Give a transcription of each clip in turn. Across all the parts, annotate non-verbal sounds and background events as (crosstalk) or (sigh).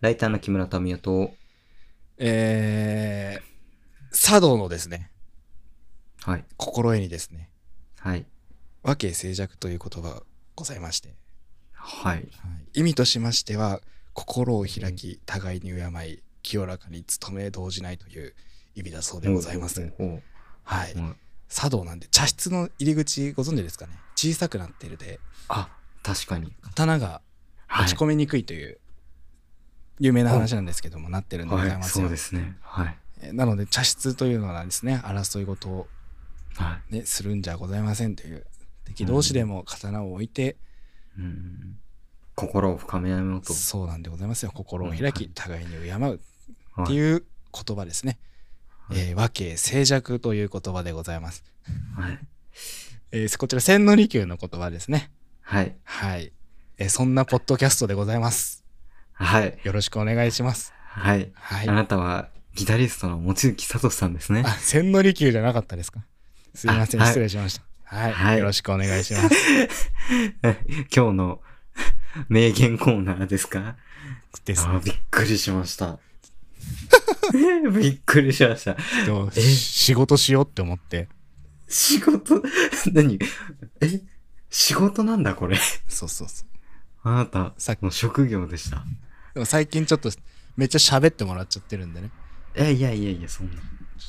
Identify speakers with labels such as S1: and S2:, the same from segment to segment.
S1: ライターの木村民夫と、
S2: えー、茶道のですね、
S1: はい、
S2: 心得にですね、
S1: はい、
S2: 和敬静寂という言葉がございまして、
S1: はい。
S2: はい意味としましては、心を開き、互いに敬い、清らかに努め動じないという意味だそうでございます。
S1: おうおう
S2: はい
S1: おう。おう
S2: 茶道なんで、茶室の入り口ご存知ですかね小さくなってるで、
S1: あ、確かに。
S2: 刀が
S1: は
S2: 打
S1: い
S2: ち。込めにくいという有名な話なんですけども、なってるんでござい
S1: はい、
S2: ます
S1: そう
S2: よ
S1: で。すね。はい。
S2: えーなので茶室というのはですね争い事を、
S1: は
S2: ね、するんじゃございませんという敵同士でも刀を置いて、
S1: い。うん。心を深めようと。
S2: そうなんでございますよ心を
S1: うんは
S2: 開き、
S1: い
S2: 互いに敬うっ
S1: は
S2: て
S1: い。
S2: いう言葉ですね、
S1: はい
S2: えー和敬静寂という言葉でございます、
S1: はい。
S2: えーこちら千利休の言葉ですね
S1: はい。
S2: はい、えーそんなポッドキャストでございます
S1: はい。
S2: よろしくお願いします
S1: はい。
S2: は
S1: あ
S2: い
S1: なたは、ギタリストの望月聡さんですね
S2: あ。千利休じゃなかったですかすいません
S1: あはい
S2: 失礼しましたはい、
S1: はい
S2: よろしくお願いします
S1: 今日の (laughs) 名言コーナー (laughs) ですか
S2: です
S1: あーびっくりしました。 (laughs) びっくりしました。
S2: けど
S1: え
S2: 仕事しようって思って
S1: 仕事、何え仕事なんだこれ。
S2: そうそうそう
S1: あなた、
S2: さっき
S1: の職業でした。
S2: でも最近ちょっとめっちゃ喋ってもらっちゃってるんでね
S1: え、いやいやいや、そんな。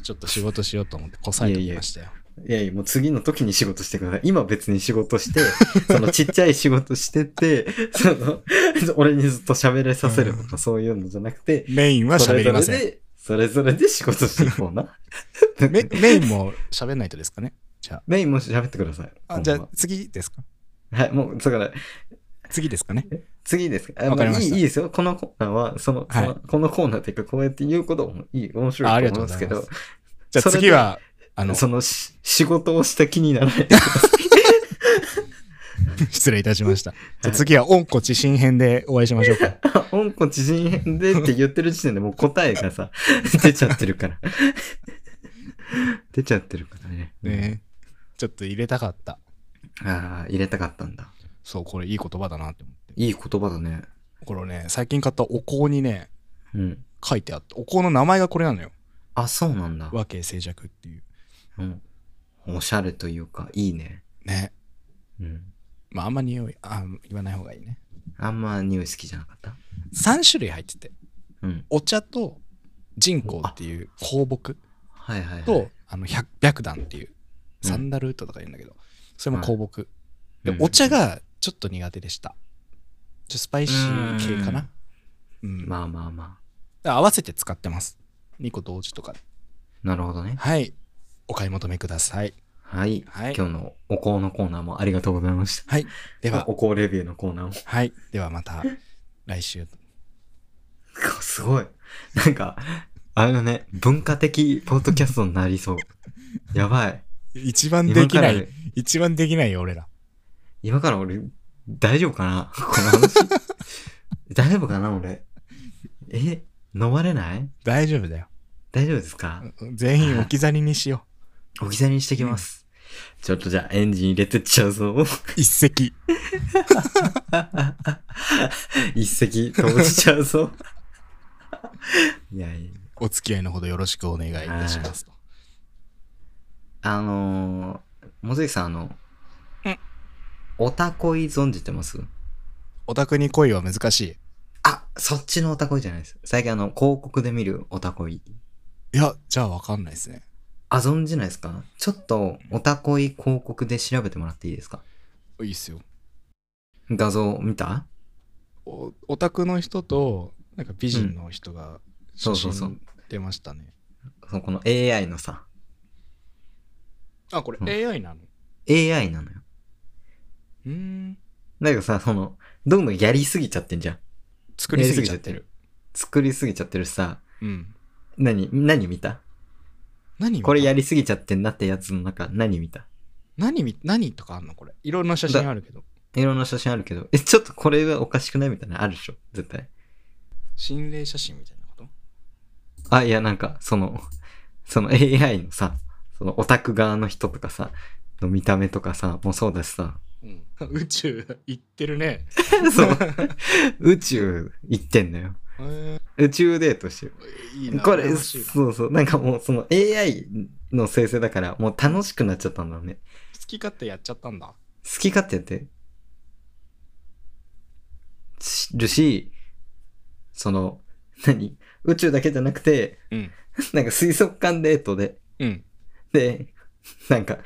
S2: ちょっと仕事しようと思ってこさえてきましたよ
S1: いやいや、もう次の時に仕事してください。今別に仕事して、 (laughs) そのちっちゃい仕事してて、 (laughs) その、俺にずっと喋れさせるとかそういうのじゃなくて、
S2: メインは
S1: それ
S2: 喋
S1: ぞ
S2: りま
S1: れ
S2: せん
S1: で、それぞれで仕事していこう (laughs) な。
S2: メメインも喋んないとですかねじゃ
S1: メインも喋ってください。
S2: ああじゃあ次ですか
S1: あ。はい、もう、だから、
S2: 次ですかね
S1: 次ですか。あ
S2: わかりま
S1: あい
S2: し
S1: い
S2: た
S1: いいですよ。このコーナーは、その、その
S2: はい
S1: このコーナーというか、こうやって言うこともいい、面白
S2: ああり
S1: い
S2: が
S1: と
S2: とう
S1: 思う
S2: ご
S1: んですけ
S2: ざいま
S1: ど、
S2: すじゃあ
S1: それで
S2: 次はあの
S1: そのし仕事をした気にならないでください。
S2: 失礼いたしましたじゃあ次は温故知新編でお会いしましょうか
S1: (laughs) 香港知人編でって言ってる時点でもう答えがさ、 (laughs) 出ちゃってるから。 (laughs) 出ちゃってるからね。
S2: ねちょっと入れたかった
S1: ああ、入れたかったんだ。
S2: そうこれいい言葉だなって思って
S1: いい言葉だね。
S2: これね最近買ったお香にね
S1: うん。
S2: 書いてあったお香の名前がこれなのよ
S1: あ、そうなんだ。
S2: 和敬静寂っていう
S1: うん。おしゃれというか、いいね。
S2: ね
S1: うん。
S2: まああんま匂いあ言わない方がいいね
S1: あんま匂い好きじゃなかった
S2: 3種類入ってて
S1: うん。
S2: お茶と人工っていう香木
S1: はいはい、はい。
S2: とあの百百段っていう
S1: うん
S2: サンダルウッドとか言うんだけど、それも香木、
S1: う
S2: で
S1: ん
S2: お茶がちょっと苦手でしたちょっとスパイシー系かなうん、
S1: まあまあま
S2: 合わせて使ってます2個同時とか
S1: あ。なるほどね。
S2: はいお買い求めください
S1: はい。
S2: はい
S1: 今日のお香のコーナーもありがとうございました。
S2: はいでは
S1: お香レビューのコーナーも。
S2: はいではまた
S1: (laughs)
S2: 来週
S1: すごい。なんか、あのね、文化的ポッドキャストになりそう。やばい。
S2: 一番
S1: 今
S2: でき
S1: か
S2: な
S1: ら、
S2: い一番できないよ俺ら
S1: 今から俺、大丈夫かな (laughs) この話。大丈夫かな俺。え飲まれない
S2: 大丈夫だよ
S1: 大丈夫ですか
S2: 全員置き去りにしよ
S1: 置き去りにしてきます。ちょっとじゃあエンジン入れてっちゃうぞ。 (laughs)
S2: う一石
S1: 一石飛ばしちゃうぞ。いやいや。
S2: お付き合いのほどよろしくお願いいたしますと。
S1: あのー、もずきさん、あの
S2: うん、
S1: おたこい存じてます
S2: オタクに恋は難しい。
S1: あ、そっちのオタコイじゃないです。最近あの、広告で見るオタコイ。
S2: いや、じゃあわかんないですね。
S1: あ、存じないですかちょっと、オタコイ広告で調べてもらっていいですか
S2: いいっすよ。
S1: 画像見た
S2: おオタクの人と、なんか美人の人が写
S1: そうそうそう
S2: 真出ましたね。
S1: そのこの AI のさ、
S2: あ、これ
S1: うん
S2: AI なの
S1: AI なのよ。
S2: うーん。
S1: だけどさ、その、どんどんやりすぎちゃってんじゃん。
S2: 作りすぎちゃって
S1: や
S2: る。
S1: 作りすぎちゃってるしさ、
S2: うん。
S1: 何、何見た
S2: 何
S1: これや
S2: り。
S1: りすぎちゃってんなってやつの中、何見た
S2: 何み、何とかあんのこれ。いろんな写真あるけど。
S1: いろんな写真あるけど、え、ちょっとこれはおかしくないみたいなのあるでしょ絶対。
S2: 心霊写真みたいなこと
S1: あ、いや、なんか、その、 (laughs) その AI のさ、そのオタク側の人とかさ、の見た目とかさ、もうそうだし
S2: (laughs)
S1: さ、
S2: うん。宇宙行ってるね。
S1: そう、宇宙行ってんのよ。
S2: え
S1: 宇宙デートしてる。
S2: ーいいな。
S1: これ、
S2: 羨ましいな好
S1: そうそう。なんかもうその AI の生成だから、もう楽しくなっちゃったんだろうね。
S2: き勝手やっちゃったんだ。
S1: 好き勝手やってしるし、その、何宇宙だけじゃなくて、
S2: うん。
S1: なんか水族館デートで、
S2: うん。
S1: で、なんか、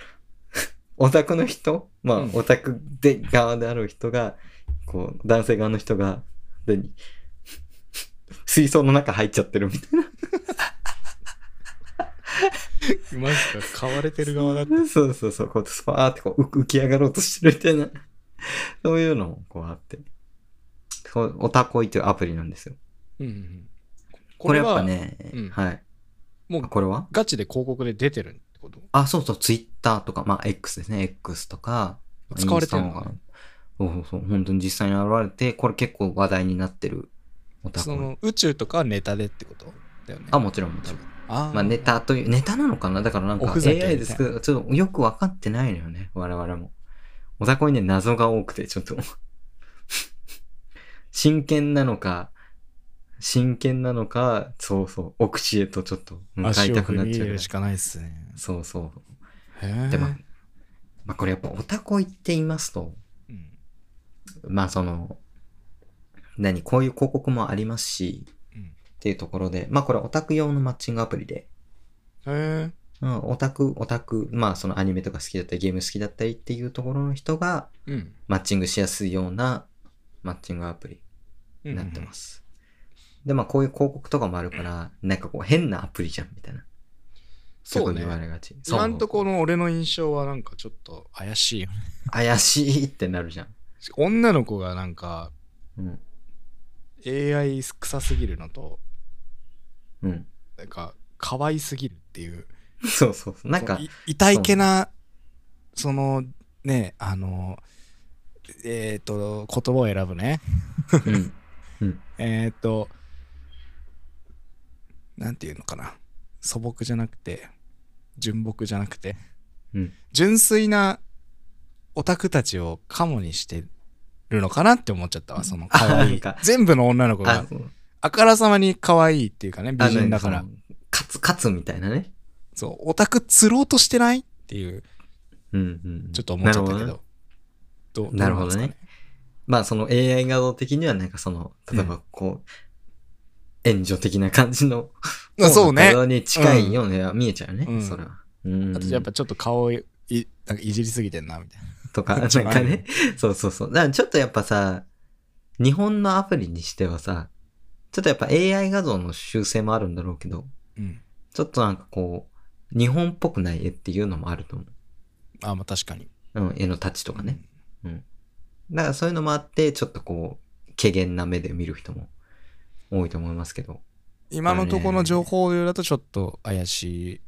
S1: オタクの人まあ、
S2: うん
S1: オタクで、側である人が、こう、男性側の人が、何水槽の中入っちゃってるみたいな。
S2: マジか、買われてる側だった。
S1: そうそうそう、こう、スパーってこう浮浮き上がろうとしてるみたいな。 (laughs) そういうのもこうあって。そうオタコイというアプリなんですよ。
S2: うんうんうん。
S1: こ
S2: こ
S1: れ
S2: れ
S1: やっぱ
S2: は、
S1: ね、
S2: うん
S1: はい。
S2: もう
S1: あこれは
S2: ガチで広告で出てるってこと
S1: あ、そうそう、ツイッターとか、まあ X ですね、X とか。
S2: 使われてるの
S1: インスタとかそうそうそう、本当に実際に現れて、これ結構話題になってるオタ
S2: そ
S1: コイ。
S2: の宇宙とかはネタでってことだよね。
S1: あ、もちろんもちろん。
S2: あー
S1: まあネ。タという、ネタなのかなだからなん
S2: お
S1: か
S2: ふざけみたい
S1: AI ですけど、ちょっとよく分かってないのよね、我々も。おたこにね、謎が多くて、ちょっと。真剣なのか、真剣なのか、そうそう、お口へとちょっと向か
S2: 足
S1: い
S2: を
S1: たくな
S2: 踏
S1: っ
S2: み
S1: ち
S2: 入
S1: ゃう
S2: れ
S1: ぐらい
S2: る。しかないっすね。
S1: そうそう。
S2: へー
S1: で、まあ、まあこれやっぱオタコイって言いますと、
S2: うん
S1: まあその、何、こういう広告もありますし、
S2: うん
S1: っていうところで、まあこれオタク用のマッチングアプリで、
S2: へー
S1: うん、オタク、オタク、まあそのアニメとか好きだったりゲーム好きだったりっていうところの人が
S2: うん。。
S1: マッチングしやすいようなマッチングアプリになってますす。で、まあこういう広告とかもあるから、なんかこう変なアプリじゃんみたいな。
S2: そ
S1: す
S2: う
S1: ごい言わ
S2: ね。
S1: れがち。そう
S2: 今んとこの俺の印象はなんかちょっと怪しいよね。
S1: 怪しいってなるじゃん。
S2: 女の子がなんか
S1: うん。
S2: AI 臭すぎるのと、
S1: うん。
S2: なんか可愛すぎるっていう。
S1: そうそうそう。なんか
S2: その、い痛いけな、そのね、あの、えっ、と、言葉を選ぶね。
S1: うん。
S2: えーっ、と、なんていうのかな。素朴じゃなくて、純朴じゃなくて、
S1: うん
S2: 純粋なオタクたちをカモにしてるのかなって思っちゃったわ、その可愛い
S1: なんか
S2: 全部の女の子
S1: あ
S2: が、あからさまに可愛いっていうかね、美
S1: あ
S2: 人
S1: の
S2: だから。。
S1: 勝つ、勝つみたいなね。
S2: そう、オタク釣ろうとしてないっていう、
S1: うんうん。
S2: ちょっと思っちゃったけ
S1: なるほ
S2: ど。
S1: ね
S2: どう
S1: なるほどね
S2: うんですか
S1: まあその AI 画像的にはなんかその、例えばこう、援助的な感じの、
S2: あ (laughs) そう
S1: 方の
S2: ね
S1: 画像に近いようには見えちゃうね、
S2: うん
S1: それは。うん
S2: あとやっぱちょっと顔をいなんかいじりすぎてんな、みたいな。
S1: とか、
S2: こ
S1: なん
S2: っちもあ
S1: か
S2: るよ
S1: ね、 (laughs) そうそうそう。だからちょっとやっぱさ、日本のアプリにしてはさ、ちょっとやっぱ AI 画像の修正もあるんだろうけど、
S2: うん。
S1: ちょっとなんかこう、日本っぽくない絵っていうのもあると思う。
S2: あ、まあ確かに。
S1: うん、絵のタッチとかね。だからそういうのもあって、ちょっとこう、軽減な目で見る人も多いと思いますけど。
S2: 今のところの情報量だとちょっと怪しい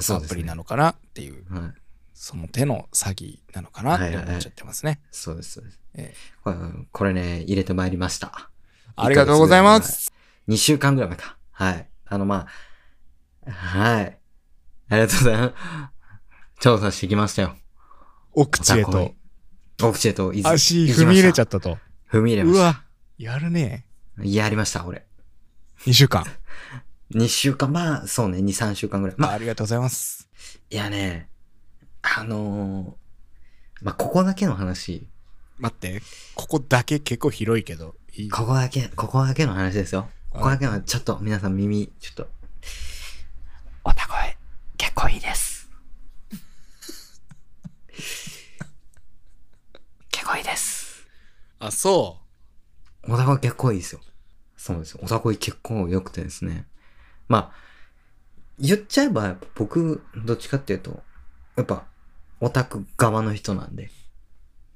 S1: そ
S2: ア
S1: うです
S2: プ
S1: ね
S2: リなのかなっていう、
S1: はい。
S2: その手の詐欺なのかなって思っちゃってますね。
S1: そうです、そうです。
S2: え
S1: これこれね、入れてまいりました。
S2: ありがとうございます。
S1: 2週間ぐらい前か。はい。あの、まあ、はい。ありがとうございます。調査してきましたよ。
S2: お口
S1: お
S2: へ
S1: 宅
S2: と
S1: に。お口へといず
S2: 足踏み入れちゃったと。
S1: 踏み入れま
S2: う
S1: した。
S2: わ、やるね。
S1: やりました、俺。
S2: 2週間。
S1: 2週間、まあ、そうね、2、3週間ぐらい。 (laughs) まあ、
S2: ありがとうございます。
S1: いやね、あのーまあ、ここだけの話。
S2: 待って、ここだけ結構広いけど、いい
S1: ここだけ、ここだけの話ですよ。ここだけの、ちょっと皆さん耳、ちょっと。おた声、結構いいです。 (laughs) 結構いいです。
S2: あ、そ
S1: おた声結構いいですよ。そうですよ。おた声結構良くてですね。まあ、言っちゃえば、僕、どっちかっていうと、やっぱ、オタク側の人なんで。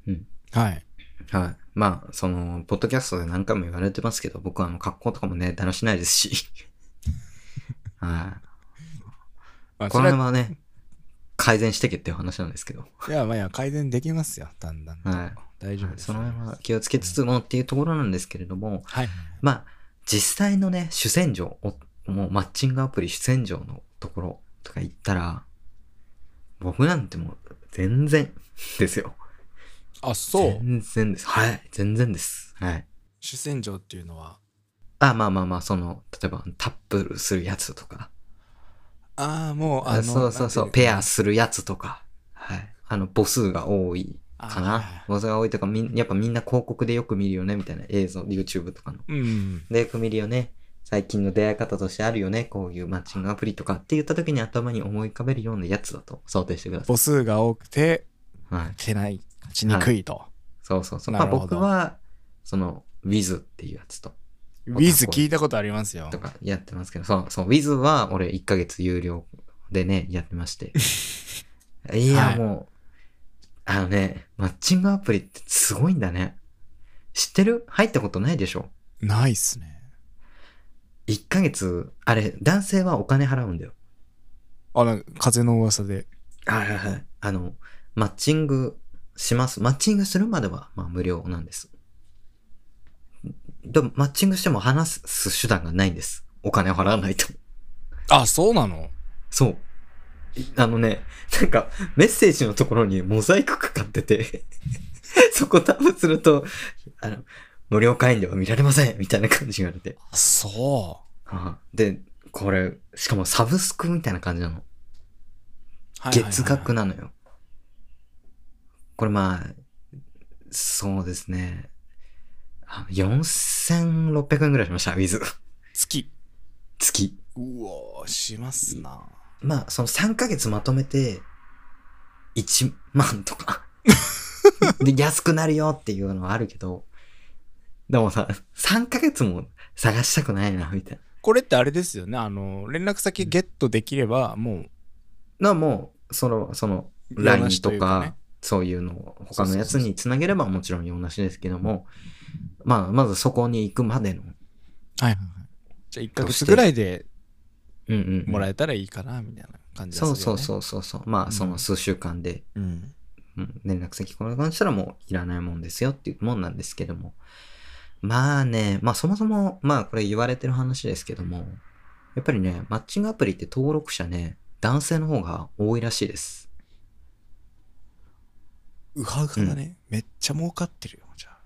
S2: う。はい。
S1: はい。まあ、その、ポッドキャストで何回も言われてますけど、僕はあの、格好とかもね、だらしないですし。 (laughs) はい。
S2: まあ、
S1: こ
S2: そ
S1: の
S2: れ
S1: 辺
S2: は、
S1: はね、改善してけっていう話なんですけど。
S2: いや、まあいや、改善できますよ、だんだん。
S1: はい。
S2: 大丈夫です。
S1: その辺は気をつけつつもっていうところなんですけれども、
S2: はい。
S1: まあ、実際のね、主戦場を、もうマッチングアプリ主戦場のところとか行ったら、僕なんてもう全然ですよ。
S2: あ、そう。
S1: 全然です。はい。全然です。はい。
S2: 主戦場っていうのは、
S1: あ、まあまあまあ、その、例えばタップするやつとか。
S2: ああ、もう、あ
S1: あ
S2: の、
S1: そうそうそう、
S2: なんてい
S1: ペアするやつとか。はい。あの、母数が多いか
S2: あ
S1: な。母数が多いとか、みんやっぱみんな広告でよく見るよね、みたいな映像、YouTube とかの。
S2: うか。うん。
S1: で、よく見るよね。最近の出会い方としてあるよね。こういうマッチングアプリとかって言った時に頭に思い浮かべるようなやつだと想定してくださ
S2: 母数が多くて、
S1: い。はい。
S2: 勝てない、勝ちにくいと。
S1: そうそうそう。
S2: な
S1: まあ
S2: るほど
S1: 僕は、その、Wiz っていうやつと、
S2: ウィズ聞いたことありますよ
S1: と。かやってますけど、そうそう、Wiz は俺1ヶ月有料でね、やってま (laughs) して。い
S2: は
S1: や、
S2: い
S1: もう、あのね、マッチングアプリってすごいんだね。知ってる入ったことないでしょ
S2: ないっすね。
S1: ?1 ヶ月、あれ、男性はお金払うんだよ。
S2: あら、風の噂で。
S1: はいはいはい。あの、マッチングします。マッチングするまでは、まあ無料なんです。でも、マッチングしても話す手段がないんです。お金を払わないと。
S2: あ、そうなの
S1: そう。いあのね、なんか、メッセージのところにモザイクかかってて、 (laughs) そこタップすると、あの、無料会員では見られませんみたいな感じがあって。
S2: あそう。
S1: あで、これ、しかもサブスクみたいな感じなの。
S2: はいはいはい
S1: 月額なのよ。これまあ、そうですね。あ4600円ぐらいしました、ウィズ。
S2: 月。
S1: 月。
S2: うおーしますな。
S1: まあ、その3ヶ月まとめて、1万と
S2: (laughs)
S1: か。で、安くなるよっていうのはあるけど、でもさ、3ヶ月も探したくないな、みたい
S2: これってあれですよね。あの、連絡先ゲットできれば、も
S1: な。な、もう、その、その、
S2: う、
S1: LINE
S2: し
S1: とか、そういうのを他のやつにつなげればもちろん用なしですけども、まあ、まずそこに行くまでの、
S2: はいはいはい。じゃあ1ヶ月ぐらいで
S1: うんうんうん。
S2: もらえたらいいかな、みたいな感じです
S1: そ
S2: よ
S1: う
S2: ね。。
S1: そうそううそうそう。ま
S2: う
S1: あ、
S2: ん
S1: その数週間で、
S2: うん。
S1: うん、連絡先これに関したらもういらないもんですよっていうもんなんですけども。まあね、まあそもそも、まあこれ言われてる話ですけども、やっぱりね、マッチングアプリって登録者ね、男性の方が多いらしいです。
S2: ウハウハだね。めっちゃ儲かってるよ、じゃあ。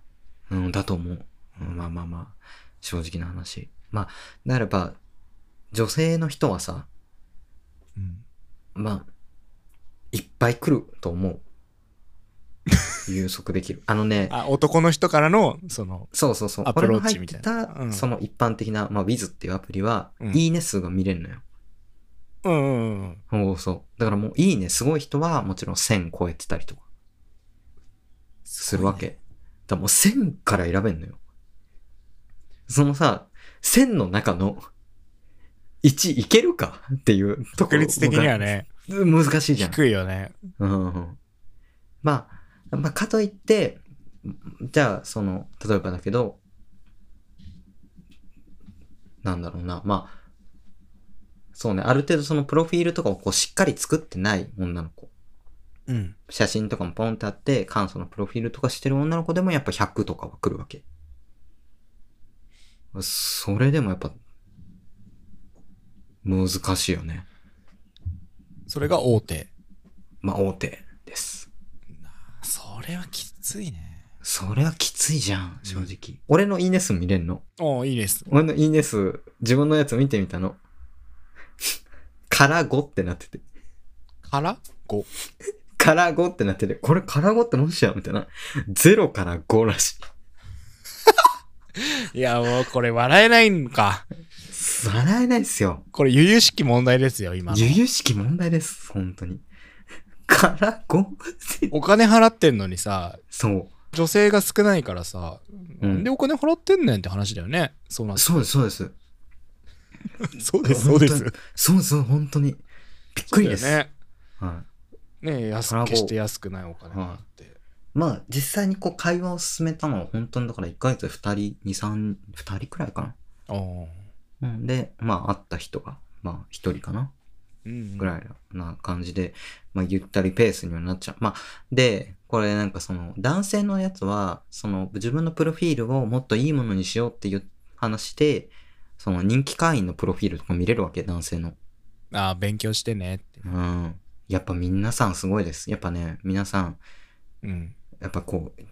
S1: うん、だと思う。うん、まあまあまあ、正直な話。まあ、なれば、女性の人はさ、
S2: うん。
S1: まあ、いっぱい来ると思う。予測できる。あのね、
S2: (laughs) あ、男の人からの、その、
S1: そうそうそう。
S2: アプローチみたいな
S1: 俺の入ってた
S2: うん
S1: その一般的な、まあ、Wiz っていうアプリは、
S2: うん
S1: いいね数が見れるのよ。
S2: うんうんうん。
S1: そうそう。だからもう、いいねすごい人は、もちろん1000超えてたりとかするわけ。。だからもう1000から選べんのよ。そのさ、1000の中の1いけるかっていうとこ
S2: 確
S1: ろ
S2: 率的にはね、
S1: 難しいじゃん。
S2: 低いよね。
S1: うんまあ、まあ、かといって、じゃあ、その、例えばだけど、なんだろうな、まあ、そうね、ある程度そのプロフィールとかをこうしっかり作ってない女の子。
S2: うん。
S1: 写真とかもポンってあって、簡素のプロフィールとかしてる女の子でもやっぱ100とかは来るわけ。それでもやっぱ、難しいよね。
S2: それが大手。
S1: まあ、大手です。
S2: それはきついね。
S1: それはきついじゃん、正
S2: うん
S1: 直。俺のいいね数見れんの
S2: おーいいです。
S1: 俺のいいね数、自分のやつ見てみたの。 (laughs) から5ってなってて。
S2: から5。
S1: から5ってなってて。これから5ってもしやみたいな。0から5らし
S2: いや、もうこれ笑えないんか。
S1: い。笑えないっすよ。
S2: これ、由々しき問題ですよ、今の。
S1: 由々しき問題です、本当に。から5って。
S2: お金払ってんのにさ、
S1: そう。
S2: 女性が少ないからさ、
S1: う
S2: なんで
S1: ん。
S2: お金払ってんねんって話だよね。そうなんです。
S1: そうです、そうです。
S2: (laughs) そう
S1: 本当に。そうそう、本当に。びっくりです。
S2: ね。
S1: はい
S2: ね安
S1: そら
S2: く、
S1: こう
S2: 決して安くないお金払って。
S1: まあ実際にこう会話を進めたのは本当にだから1ヶ月で2人、2、3、2人くらいか
S2: ああ。
S1: な。うん、で、まあ会った人が、まあ1人かな
S2: うん
S1: ぐらいな感じで、まあゆったりペースにはなっちゃう。まあで、これなんかその男性のやつは、その自分のプロフィールをもっといいものにしようっていう話で、その人気会員のプロフィールとか見れるわけ、男性の。
S2: ああ、勉強してねって。
S1: うん。やっぱ皆さんすごいです。やっぱね、皆さん、
S2: うん。
S1: やっぱこう、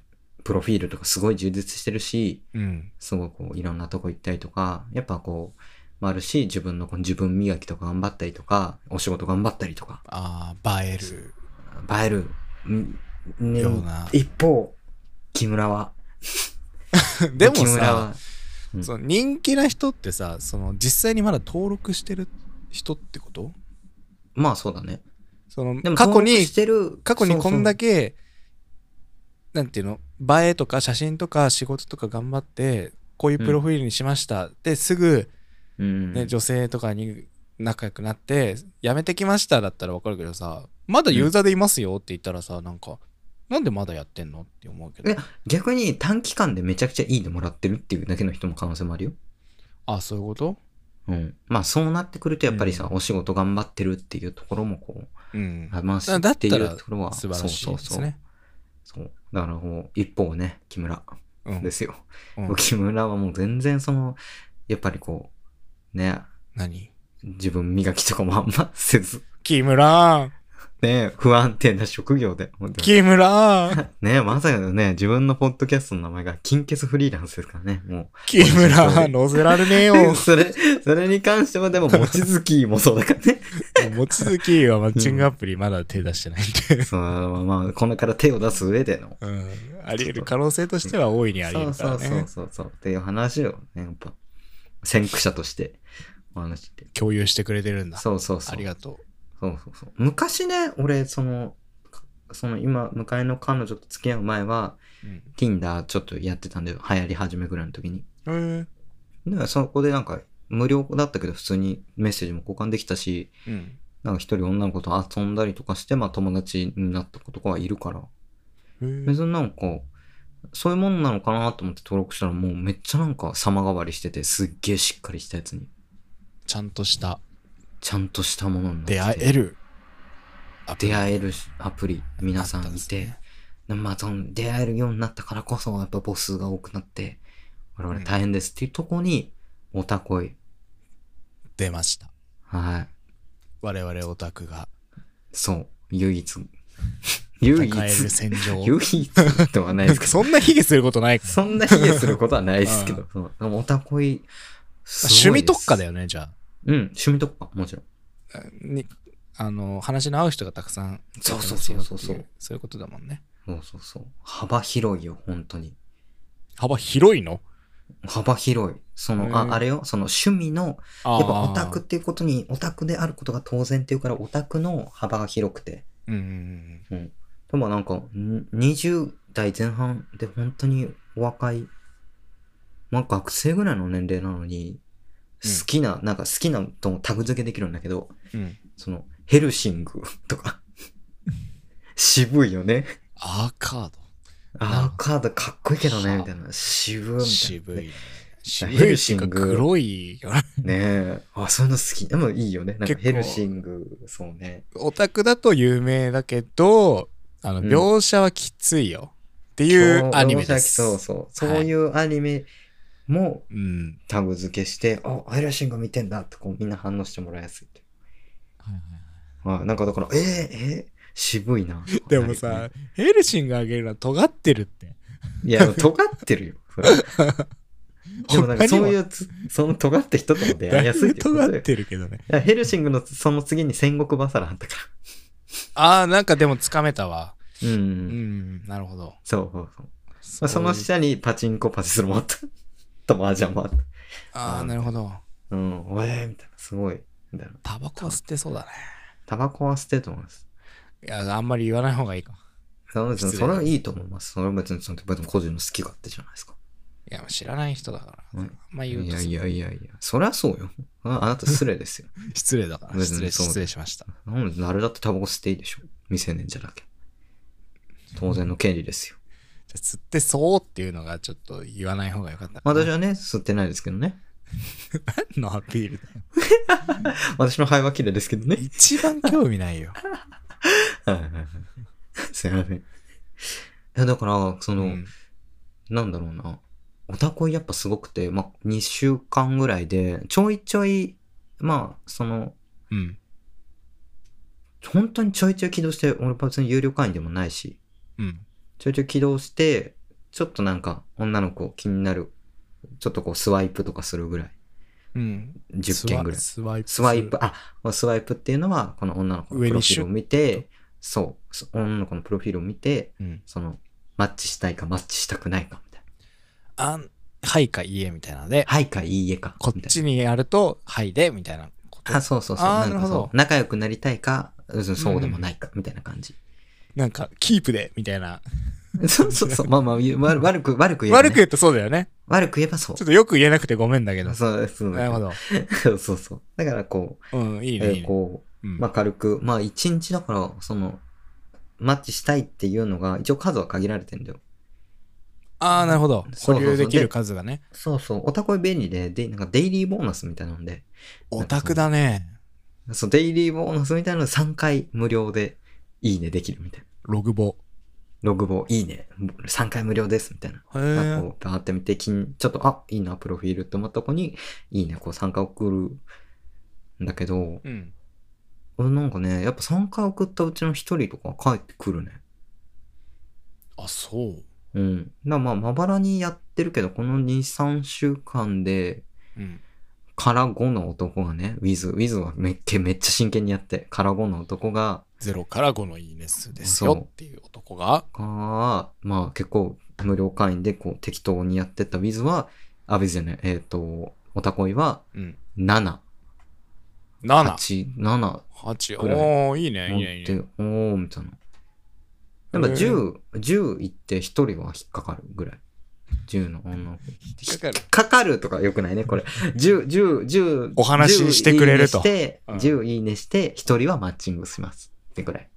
S1: プロフィールとかすごい充実してるし、
S2: うん。
S1: すごいこう、いろんなとこ行ったりとか、やっぱこう、もあるし、自分のこの自分磨きとか頑張ったりとか、お仕事頑張ったりとか、
S2: ああ、映える。 (laughs)
S1: 映える。んね
S2: ような
S1: 一方、木村は。
S2: でも
S1: 木村
S2: さ
S1: は、うん
S2: その人気な人ってさその実際にまだ登録してる人ってこと
S1: まあそうだね。
S2: その
S1: でも
S2: 過去
S1: 登録
S2: に
S1: してる
S2: 過去にこんだ
S1: け。
S2: けなんていうの映えとか写真とか仕事とか頑張ってこういうプロフィールにしました、ですぐ、
S1: そうそううん
S2: ね、女性とかに仲良くなって辞めてきましただったらわかるけどさまだユーザーでいますよって言ったらさなんかなんでまだやってんのって思うけど
S1: え逆に短期間でめちゃくちゃいいのもらってるっていうだけの人も可能性もあるよ。
S2: あそういうこと
S1: うん。まあそうなってくるとやっぱりさ、お仕事頑張ってるっていうところもこう、
S2: うん
S1: 話
S2: だ
S1: し
S2: だって
S1: い
S2: た
S1: う
S2: ら
S1: ところは、
S2: 素晴らしいです
S1: そ
S2: ね
S1: うそうそう。そう。だからこう、一方ね、木村
S2: うん
S1: ですよ。
S2: うん
S1: 木村はもう全然その、やっぱりこう、ね、
S2: 何
S1: 自分磨きとかもあんませず、 (laughs)
S2: 木村
S1: ね、不安定な職業で、本当に
S2: 木村
S1: (laughs) ね、まさかのね、自分のポッドキャストの名前が金欠フリーランスですからね、もう。
S2: 木村乗せられねえよも
S1: (laughs) それ、それに関してはで
S2: (laughs)
S1: も、望月もそうだからね。 (laughs)
S2: う望月はマッチングアプリまだ手出してないんで
S1: そう、まあ、これから手を出す上での。
S2: うんあり得る可能性としては大いにあり得
S1: そう
S2: るか
S1: そう
S2: ら
S1: そう
S2: ね
S1: そうそう。っていう話をね、やっぱ、先駆者としてお話しして。
S2: 共有してくれてるんだ
S1: そうそうそう。
S2: ありがと
S1: そうそうそう。昔ね、俺、その、その今、迎えの彼女と付き合う前は、
S2: う、うん
S1: Tinder ちょっとやってたんだよ。流行り始めぐらいの時に。
S2: へえ
S1: で、そこでなんか、無料だったけど、普通にメッセージも交換できたし、
S2: うん
S1: なんか一人女の子と遊んだりとかして、まあ友達になった子とかはいるから、
S2: へえ
S1: 別になんか、そういうもんなのかなと思って登録したらもうめっちゃなんか様変わりしてて、すっげえしっかりしたやつに、
S2: ちゃんとした
S1: ちゃんとしたものになってて
S2: 出会える
S1: 出会えるアプリ、皆さんい
S2: あった
S1: て、
S2: ですね
S1: でまあその出会えるようになったからこそ、やっぱ母数が多くなって、我々大変ですっていうとこに、オタコイ、
S2: 出ました
S1: はい、
S2: 我々オタクが
S1: そう、唯一、
S2: (laughs) 戦
S1: 唯一、
S2: える戦場
S1: 唯一ではないです
S2: (laughs)
S1: けど、
S2: そんな卑下することないから
S1: そんな卑下することはないですけど、そうでもオタコイ、
S2: 趣味特化だ
S1: よ。
S2: よねじゃあ
S1: うん、趣味特化、もちろん。
S2: にあの話の合う人がたくさん
S1: そうそうそうそう
S2: そうそういうことだもんね
S1: そうそうそう。幅広いよ、本当に。
S2: 幅広いの
S1: 幅広い。その、
S2: へ
S1: あ
S2: ー
S1: あれよ、その趣味の、
S2: や
S1: やっぱオタクっていうことに、オタクであることが当然っていうから、オタクの幅が広くて。
S2: うんうんうん
S1: でもなんか、ん20代前半で本当にお若い、まあ学生ぐらいの年齢なのに、
S2: うん
S1: 好きな、なんか好きなともタグ付けできるんだけど、
S2: うんうん
S1: その、ヘルシング (laughs) とか。渋いよね。
S2: アーカー
S1: あーカードかっこいいけど
S2: はあ
S1: ね、みたいな。渋
S2: ド
S1: みたい
S2: 渋
S1: な。
S2: い
S1: ね
S2: ね渋
S1: ヘ
S2: い
S1: ル
S2: って
S1: シ
S2: い
S1: ン
S2: うか
S1: グ
S2: 黒いよね
S1: ねえ。あ、そういうの好き。でもいいよね。なん
S2: 結
S1: か
S2: 構
S1: ヘルシング、そうね。
S2: オタクだと有名だけどあの
S1: うん
S2: 描写はきついよっていうアニメ
S1: そう
S2: です
S1: そうそう。そ
S2: はいう
S1: いうアニメも
S2: うん
S1: タグ付けして、あ、ヘルシング見てんだってこうみんな反応してもらいやすいって。
S2: はいはい
S1: あなんかだから、えー、えー渋いな。
S2: で
S1: な
S2: も
S1: るよ
S2: さ
S1: ね、
S2: ヘルシングあげるのは尖ってるって。
S1: いや、尖ってるよ。それでもなんかそういうつ、その尖った人とも出会い
S2: 他にも
S1: やすい
S2: だい
S1: っ
S2: ぶ
S1: てことだよ
S2: 尖ってるけどね。
S1: いやヘルシングのその次に戦国バサラあったか
S2: ああ、なんかでもつかめたわ。
S1: ら。うん。
S2: うん、なるほど。
S1: そうそうそう。ま
S2: そ
S1: あ、その下にパチンコパチスロもあった。 (laughs) と麻雀もあった。
S2: ああ、なるほど。
S1: うん。おえーみたいな。すごい。みたいな。
S2: タバコは吸ってそうだね。
S1: タバコは捨てると思います。
S2: いや、あんまり言わない方がいいか。
S1: その別に
S2: 失
S1: そ
S2: 礼
S1: れはいいと思います。それは別にその別に個人の好き勝手じゃないですか。
S2: いや、知らない人だか
S1: う
S2: ら。あ
S1: ん
S2: んま
S1: い
S2: 言うと
S1: やいやいやいや。そりゃそうよ。ああなた失礼
S2: (laughs)
S1: ですよ。
S2: 失礼だから。
S1: 別
S2: 失礼、
S1: にそう
S2: 失礼しました。
S1: なんで誰だってタバコ吸っていいでしょ。未成年じゃなきゃ。当然の権利ですよ。
S2: じゃあ吸ってそうっていうのがちょっと言わない方がよかった。
S1: 私はね、吸ってないですけどね。
S2: 何のアピールだよ。
S1: 私の肺は綺麗ですけどね。
S2: 一番興味な
S1: (laughs)
S2: いよ。
S1: はいはいはい。すいません。いや、だから、その、
S2: うん
S1: なんだろうな。オタコイやっぱすごくて、まあ、2週間ぐらいで、ちょいちょい、まあ、その、
S2: うん。
S1: 本当にちょいちょい起動して、俺別に有料会員でもないし、
S2: うん。
S1: ちょいちょい起動して、ちょっとなんか女の子気になる、ちょっとこうスワイプとかするぐらい。
S2: うん。
S1: 10件ぐらい。
S2: スワイプ。
S1: スワイプ、あ、スワイプっていうのは、この女の子のプ
S2: 上
S1: ロフィ
S2: に
S1: ー
S2: シュッ
S1: ルを見て、そう、そ女の子のプロフィールを見て、
S2: うん。
S1: その、マッチしたいかマッチしたくないかみたいな。
S2: あん、はいかいいえみたいなので、
S1: はいかいいえか。
S2: こっ
S1: みたい
S2: ちにやると、はいで、みたいなこと
S1: な。あ、。そうそうそう。な
S2: あー
S1: んか
S2: なるほど
S1: そう仲良くなりたいか、うんそうでもないか、みたいな感じ。
S2: なんか、キープで、みたいな。
S1: そうそうそう。まあまあ、言う悪悪く、悪く言えば、ね。
S2: 悪く言うとそうだよね。
S1: 悪く言えばそう。
S2: ちょっとよく言えなくてごめんだけど。
S1: そうそう。
S2: なるほど。
S1: そうそうそう。だからこう、
S2: うん、いい
S1: え
S2: ね。
S1: ー
S2: いいね
S1: こ
S2: う
S1: う、
S2: ん
S1: まあ軽く、まあ一日だから、その、マッチしたいっていうのが、一応数は限られてんだよ。
S2: ああ、なるほど。
S1: そうそう
S2: 保
S1: そう
S2: 留できる数がね。
S1: そうそう、おたこい便利で、で、なんかデイリーボーナスみたいなので、
S2: オタクだね。
S1: そう、デイリーボーナスみたいなの3回無料で、いいねできるみたいな。
S2: ログボ。
S1: ログボいいね、3回無料ですみたいな。
S2: へ
S1: なんか
S2: え。
S1: こうバーって見て、気にちょっと、あ、いいな、プロフィールって思った子に、いいね、こう3回送るんだけど、
S2: うん。
S1: 俺なんかね、やっぱ3回送ったうちの1人とか帰ってくるね。
S2: あ、そう。
S1: うん。だからまあ、まばらにやってるけど、この2、3週間で、
S2: うん。
S1: から5の男がね、ウィズ、ウィズはめっけめっちゃ真剣にやって、から5の男が、
S2: 0から5のいいね数です
S1: そう
S2: よっていう男が。
S1: が、まあ結構無料会員でこう適当にやってったウィズは、あ、ウィズじゃない、えっ、と、オタコイは
S2: うん。
S1: 7、
S2: 7。
S1: 8、7
S2: 8。
S1: ぐらい
S2: おー、いいね、いいね、い
S1: 持
S2: い
S1: っ
S2: ね。
S1: て、おー、みたいな。やっぱ10、10いって1人は引っかかるぐらい。10の女の子。
S2: 引っかかる。
S1: かかるとかよくないね、これ。10、10、10。
S2: お話ししてくれると
S1: 10いいねして、
S2: うん
S1: 10いいねして、1人はマッチングします。ってぐらい。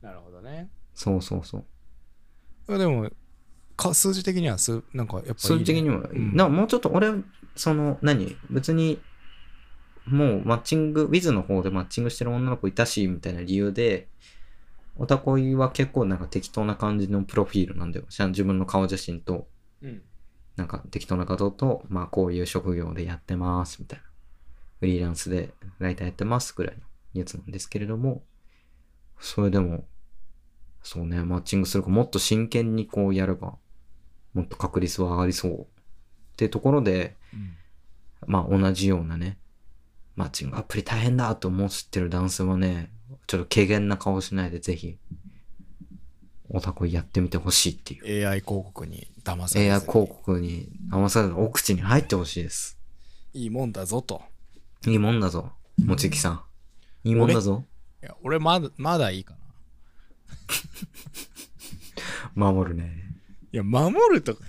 S2: なるほどね。
S1: そうそうそう。
S2: でも、か数字的にはす、なんかやっぱいいね
S1: 数字的にも、
S2: うん
S1: なもうちょっと俺、その、何別に、もうマッチング、ウィズの方でマッチングしてる女の子いたし、みたいな理由で、オタコイは結構なんか適当な感じのプロフィールなんだよ。じゃあ自分の顔写真と、
S2: うん。
S1: なんか適当な画像と、まあこういう職業でやってます、みたいな。フリーランスでライターやってます、ぐらいのやつなんですけれども、それでも、そうね、マッチングするか、もっと真剣にこうやれば、もっと確率は上がりそう。ってところで、
S2: うん
S1: まあ同じようなね、マッチングアプリ大変だと思ってる男性はね、ちょっと軽減な顔しないで、ぜひ、オタコイやってみてほしいっていう。
S2: AI 広告に騙されずに
S1: AI 広告に騙されるお口に入ってほしいです。
S2: いいもんだぞと。
S1: いいもんだぞ、もちきさん。いいもんだぞ。
S2: いや、俺まだ、まだいいかな。
S1: 守るね。
S2: いや、守るとか、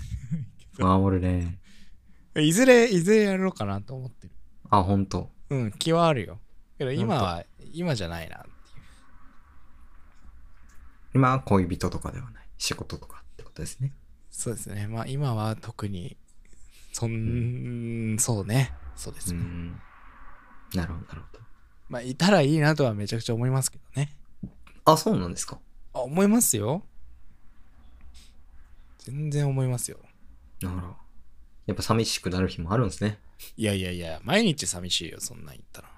S1: 守るね。
S2: いずれ、いずれやろうかなと思ってる。
S1: あ、ほんと。
S2: うん、気はあるよ。けど今は、今じゃないなっていう。
S1: 今は恋人とかではない。仕事とかってことですね。
S2: そうですね。まあ今は特に、そん、そうね。そうで
S1: う
S2: すね。
S1: ん。なるほど、なるほ
S2: まあいたらいいなとはめちゃくちゃ思いますけどね。
S1: ど。あ、そうなんですか。
S2: あ、思いますよ。全然思いますよ。
S1: なるほど。やっぱ寂しくなる日もあるんですね。
S2: いやいやいや、毎日寂しいよ、そんなん言ったら。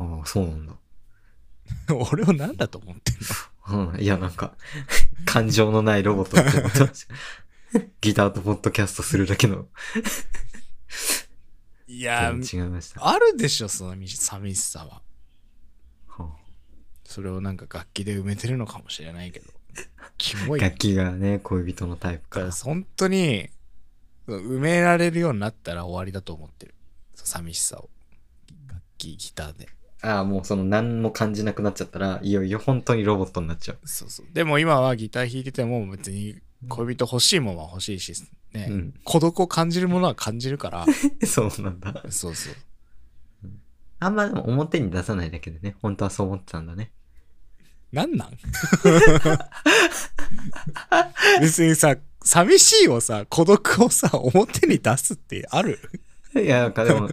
S1: ああ、そうなんだ。
S2: (laughs) 俺を何だと思ってる
S1: うん、いや、なんか、 (laughs) 感情のないロボットって思ってました。 (laughs) ギターとポッドキャストするだけの、
S2: いや
S1: 全、然違いました。は
S2: あるでしょ、その寂しさは。
S1: あ
S2: それをなんか楽器で埋めてるのかもしれないけ (laughs) ど。キモい。だ
S1: 楽器がね、恋人のタイプ
S2: か
S1: から
S2: ら。本当に、埋められるようになったら終わりだと思ってる。そう寂しさを。楽器、ギターで。
S1: ああ、もうその何も感じなくなっちゃったら、いよいよ本当にロボットになっちゃう。
S2: そうそう。でも今はギター弾いてても別に恋人欲しいもんは欲しいし、ね。
S1: うん。 (laughs)
S2: 孤独を感じるものは感じるから。
S1: そうなんだ。
S2: そうそう。
S1: あんまでも表に出さないだけでね、本当はそう思ってたんだね。
S2: なん
S1: (laughs)
S2: なん別にさ、寂しいをさ、孤独をさ、表に出すってある
S1: いや、なんかで
S2: (laughs)
S1: も、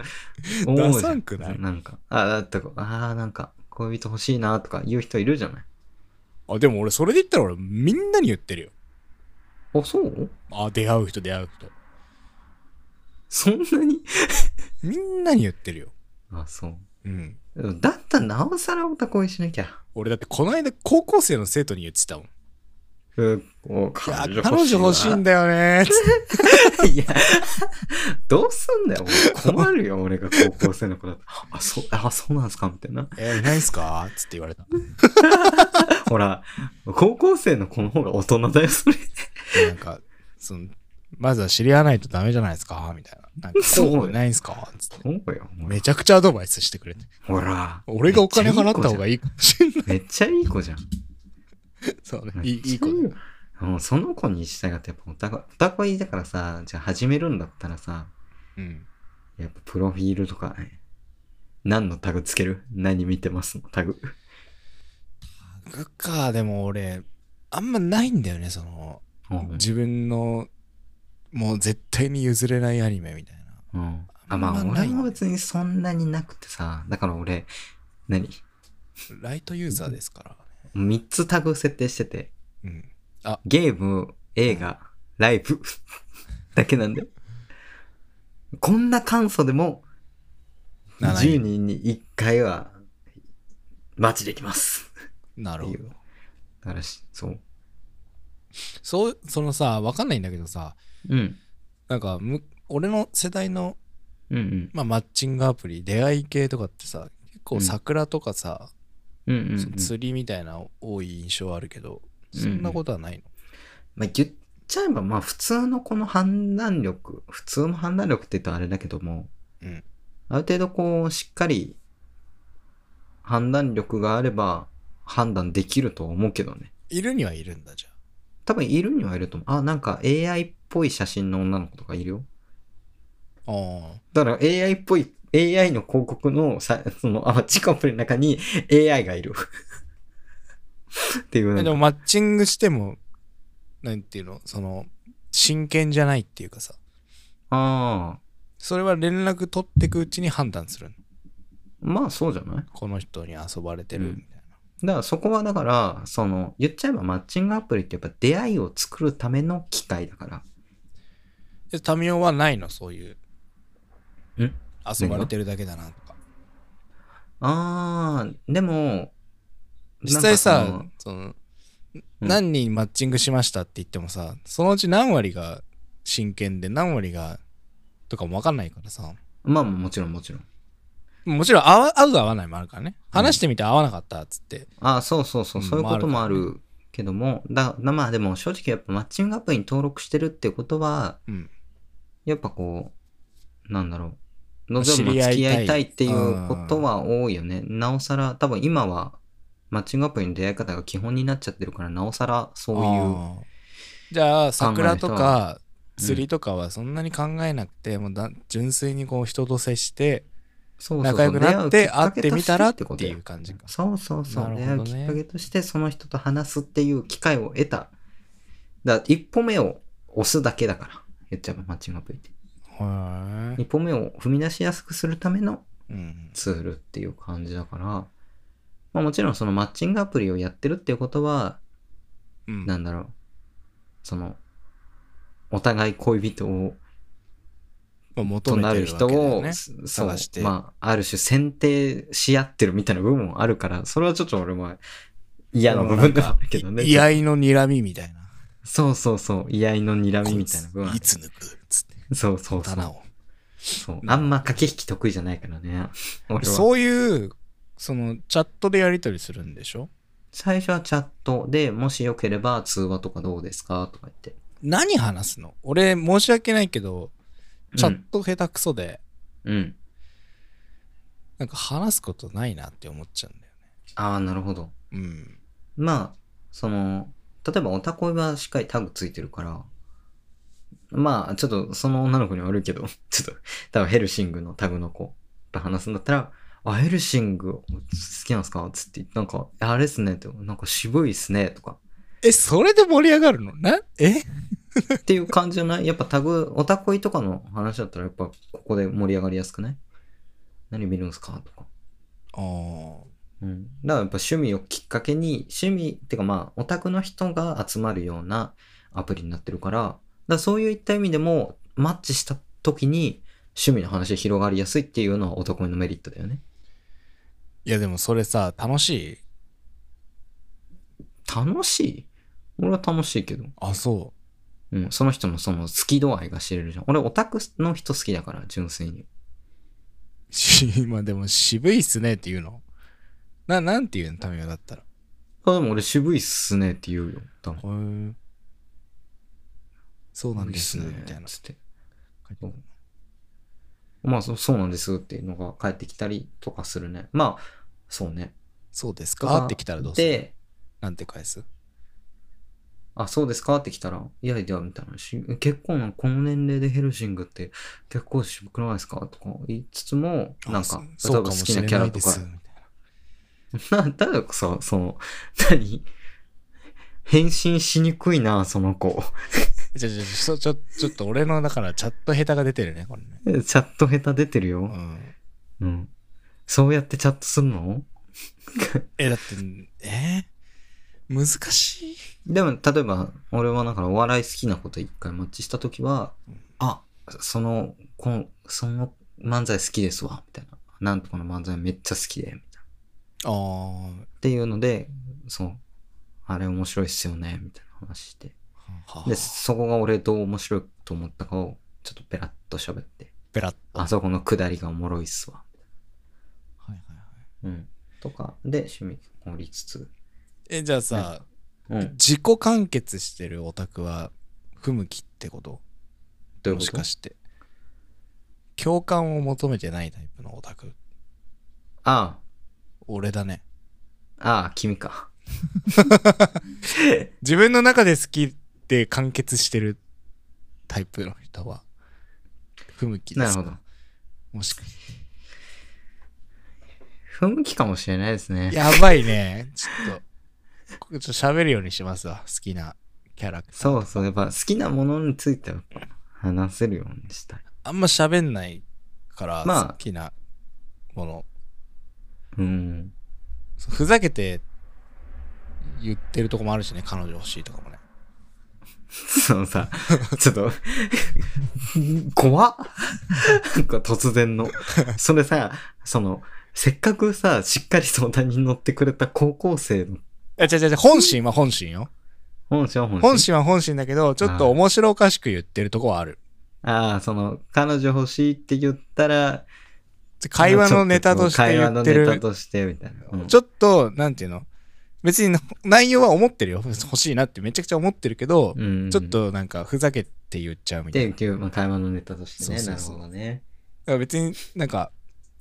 S1: 思う
S2: ダ
S1: じ
S2: サ
S1: ゃん
S2: ん。くない
S1: なんか、ああ、だってこう、ああ、なんか、恋人欲しいなとか言う人いるじゃない。
S2: あ、でも俺それで言ったら俺みんなに言ってるよ。
S1: あ、そう
S2: あ、出会う人出会う人。
S1: そんなに
S2: みんなに言ってるよ。
S1: あ、そう。
S2: うん。
S1: だったらなおさらオタ恋しなきゃ。
S2: 俺だってこの間高校生の生徒に言ってたもん。
S1: 服を
S2: いや
S1: 彼女
S2: 彼女欲しいんだよねつって
S1: だ。 (laughs) いや、どうすんだよ。俺困るよ、俺が高校生の子だと。あ、そう、あ、そうなんすかみたいな。
S2: えいないんすかつって言われた。
S1: ほら、高校生の子の方が大人だよ、それ。
S2: なんか、その、まずは知り合わないとダメじゃないですかみたいな。なんか、
S1: そう
S2: そうないんすかつって。
S1: そうよ。
S2: めちゃくちゃアドバイスしてくれて。
S1: ほら。
S2: 俺がお金払った方が
S1: いい
S2: いいかもしれな
S1: 子じゃん。め
S2: い。
S1: っちゃいい子じゃん。
S2: そうね。
S1: めっ
S2: いい、いい子だ
S1: ちゃ
S2: よ。
S1: よもうその子に従ってやっぱおたこ、おたこいだからさ、じゃあ始めるんだったらさ、
S2: うん。
S1: やっぱプロフィールとかね、何のタグつける何見てますのタグ。
S2: そっか、でも俺、あんまないんだよね、その、
S1: うん
S2: 自分の、もう絶対に譲れないアニメみたいな。
S1: うん。
S2: あ
S1: あ、
S2: んま
S1: まあ
S2: な
S1: 俺
S2: い
S1: も別にそんなになくてさ、だから俺、何
S2: ライトユーザーですから、ね。
S1: ?3 つタグ設定してて、
S2: うん。
S1: ゲーム、映画、ライブ (laughs) だけなんで。こんな簡素でも、
S2: 7
S1: 10人に1回は、マッチできます。
S2: なるほ
S1: っ
S2: ど
S1: ていう。だからし、そう。
S2: そう、そのさ、わかんないんだけどさ、
S1: うん。
S2: なんかむ、俺の世代の、
S1: うんうん。
S2: まあ、マッチングアプリ、出会い系とかってさ、結構桜とかさ、
S1: うんうん、う
S2: そ
S1: ん。
S2: 釣りみたいな多い印象はあるけど、
S1: うん
S2: そんなことはないの。
S1: まあ、言っちゃえば、まあ、普通のこの判断力、普通の判断力って言うとあれだけども、
S2: うん
S1: ある程度こう、しっかり、判断力があれば、判断できると思うけどね。
S2: いるにはいるんだじゃん。
S1: 多分いるにはいると思う。あ、なんか AI っぽい写真の女の子とかいるよ。
S2: あ
S1: だから AI っぽい、AI の広告のさ、その、あ、チカプリの中に AI がいる。っていう
S2: あ。
S1: なん
S2: で
S1: か
S2: もマッチングしても、なんていうの、その、真剣じゃないっていうかさ、
S1: ああ、
S2: それは連絡取ってくうちに判断するの
S1: まあそうじゃない
S2: この人に遊ばれてるみたいな。
S1: だからそこはだから、その、言っちゃえばマッチングアプリってやっぱ出会いを作るための機会だから。
S2: で、タミオはないの、そうい
S1: ん
S2: う。遊ばれてるだけだなとか。
S1: ああ、でも、
S2: 実際
S1: なん
S2: さ
S1: か、
S2: その、
S1: うん
S2: 何人マッチングしましたって言ってもさ、そのうち何割が真剣で何割がとかもわかんないからさ、
S1: そのまあもちろんもちろん。
S2: もちろん合う合う合わないもあるからね。話してみて合わなかったっつって。
S1: ああ、そうそうそう、
S2: うん
S1: そういうこともあ
S2: まああ
S1: るけども、だ、だまあでも正直やっぱマッチングアプリに登録してるってことは、
S2: うん。
S1: やっぱこう、なんだろう。望
S2: 知
S1: む
S2: り合いたい
S1: 付き合いたいっていうことは多いよね。なおさら、多分今は、マッチングアプリの出会い方が基本になっちゃってるから、なおさらそういう。
S2: あーじゃあ、桜と
S1: 考えた
S2: か釣りとかはそんなに考えなくて、もうだ純粋にこう人と接して、
S1: そうそうそう
S2: 仲良くなっ
S1: 出
S2: て
S1: 会
S2: 会
S1: うきか
S2: っ
S1: け
S2: て
S1: と
S2: み
S1: した
S2: らって
S1: こと
S2: い
S1: よ
S2: う感じか。
S1: そうそうそう、出
S2: な
S1: 会
S2: る
S1: う
S2: ほど
S1: き
S2: ね
S1: っかけとして、その人と話すっていう機会を得た。だから一歩目を押すだけだから。言っちゃえばマッチングアプリって。
S2: は
S1: 一歩目を踏み出しやすくするための
S2: い。うん。
S1: ツールっていう感じだから、まあもちろんそのマッチングアプリをやってるっていうことは、
S2: うん
S1: なんだろう、その、お互い恋人を、
S2: まあ求
S1: と
S2: め
S1: な
S2: て
S1: る
S2: るわ
S1: 人
S2: けだよ
S1: を
S2: ね、。
S1: そう
S2: 探して、
S1: まあ、ある種選定し合ってるみたいな部分もあるから、それはちょっと俺も嫌な部分ではあるけどね。
S2: い居合の睨みみたいな。
S1: そうそうそう、居合の睨みみたいな部分あ
S2: い
S1: る。
S2: つ抜くつって、
S1: そうそうそ
S2: 棚
S1: う
S2: を。
S1: そう。あんま駆け引き得意じゃないからね。俺は。
S2: そういう、その、チャットでやり取りするんでしょ
S1: 最初はチャットで、もしよければ通話とかどうですかとか言って。
S2: 何話すの俺、申し訳ないけど、チャット下手くそで、
S1: うん。
S2: なんか話すことないなって思っちゃうんだよ
S1: ああ、なるほど。
S2: ね。うん。
S1: まあ、その、例えばオタコイはしっかりタグついてるから、まあ、ちょっとその女の子には悪いけど、 (laughs) ちょっと、多分ヘルシングのタグの子と話すんだったら、あ、ヘルシング好きなんですかつって、なんか、あれっすねって、なんか渋いっすねとか、
S2: え、それで盛り上がるのなえ
S1: っていう感じじゃないやっぱタグ、オタコイとかの話だったら、やっぱここで盛り上がりやすくない何見るんすかとか。
S2: あー
S1: うん、だからやっぱ趣味をきっかけに趣味っていうかまあオタクの人が集まるようなアプリになってるからだからそういった意味でもマッチした時に趣味の話が広がりやすいっていうのは男のメリットだよね
S2: いや、でもそれさ、楽しい
S1: 楽しい俺は楽しいけど。
S2: あ、そ (laughs)
S1: うん、その人のその好き度合いが知れるじゃん。俺オタクの人好きだから、純粋に。
S2: う。し、まあでも渋いっすねっていうの。な、なんていうのタミヤだったら。
S1: あ、でも俺渋いっすねって言うよ。多分
S2: へーそうなんですね、みたいな。
S1: つって。まあそ、そうなんですっていうのが返ってきたりとかするね。まあ、そうね。
S2: そうですかって来たらどうする
S1: で、
S2: なんて返す
S1: あ、そうですかって来たら、いやいや、みたいなし。結構な、この年齢でヘルシングって結構渋くないですかとか言いつつも、なんか、例えば好きなキャラとか、 (laughs) な、だからさ、その、何変身しにくいな、その子。 (laughs)
S2: じゃじゃちょ、ちょ、ちょっと俺の、だから、チャット下手が出てるね、これね。
S1: チャット下手出てる
S2: う
S1: よ。
S2: ん。
S1: うん。そうやってチャットするの
S2: え、だって、えー難しい。
S1: でも、例えば、俺はだからお笑い好きな子と一回マッチしたときは
S2: うん、
S1: あ、その、この、その漫才好きですわ、みたいな。なんとかの漫才めっちゃ好きで、みたいな。
S2: ああ、
S1: っていうので、そう、あれ面白いっすよね、みたいな話して。
S2: は
S1: で、そこが俺どう面白いと思ったかを、ちょっとペラッと喋って。
S2: ペラッと。
S1: あそこの下りがおもろいっすわ。
S2: はいはいはい。
S1: うん。とか、で、趣味盛りつつ。
S2: え、じゃあさ、
S1: うん。
S2: 自己完結してるオタクは、不向きってこと
S1: どういう
S2: も
S1: こ
S2: し
S1: と
S2: かして。共感を求めてないタイプのオタク。
S1: あ
S2: 俺だね。
S1: あ、ああ、君
S2: (laughs)
S1: か。
S2: 自分の中で好きで完結してるタイプの人は、不向きで
S1: なる
S2: すか
S1: ほど。
S2: もしかし
S1: 不向きかもしれないですね。
S2: やばいね。 (laughs) ちょっと、これちょっと喋るようにしますわ。好きなキャラクター。
S1: そうそう、やっぱ好きなものについては話せるようにしたい。
S2: あんま喋んないから、
S1: まあ
S2: 好きなもの。
S1: うん。
S2: そうふざけて言ってるとこもあるしね、彼女欲しいとかもね。
S1: そのさ、ちょっと、怖っなんか突然の。それさ、その、せっかくさ、しっかり相談に乗ってくれた高校生の
S2: あ、違う違う違う、本心は本心よ。
S1: 本性本
S2: 本心は本心だけど、ちょっと面白おかしく言ってるとこはある。
S1: ああ、その、彼女欲しいって言ったら、
S2: 会話のネタとして言って
S1: 会話のネタ
S2: る。
S1: として、みたいな。うん
S2: ちょっと、なんていうの別に内容は思ってるよ。欲しいなってめちゃくちゃ思ってるけど、
S1: うん
S2: ちょっ。となんかふざけて言っちゃうみ
S1: ったて
S2: い
S1: い
S2: な。
S1: う、まあ、会話のネタとしてね。
S2: そうそうそう
S1: なるほどね。
S2: だから別になんか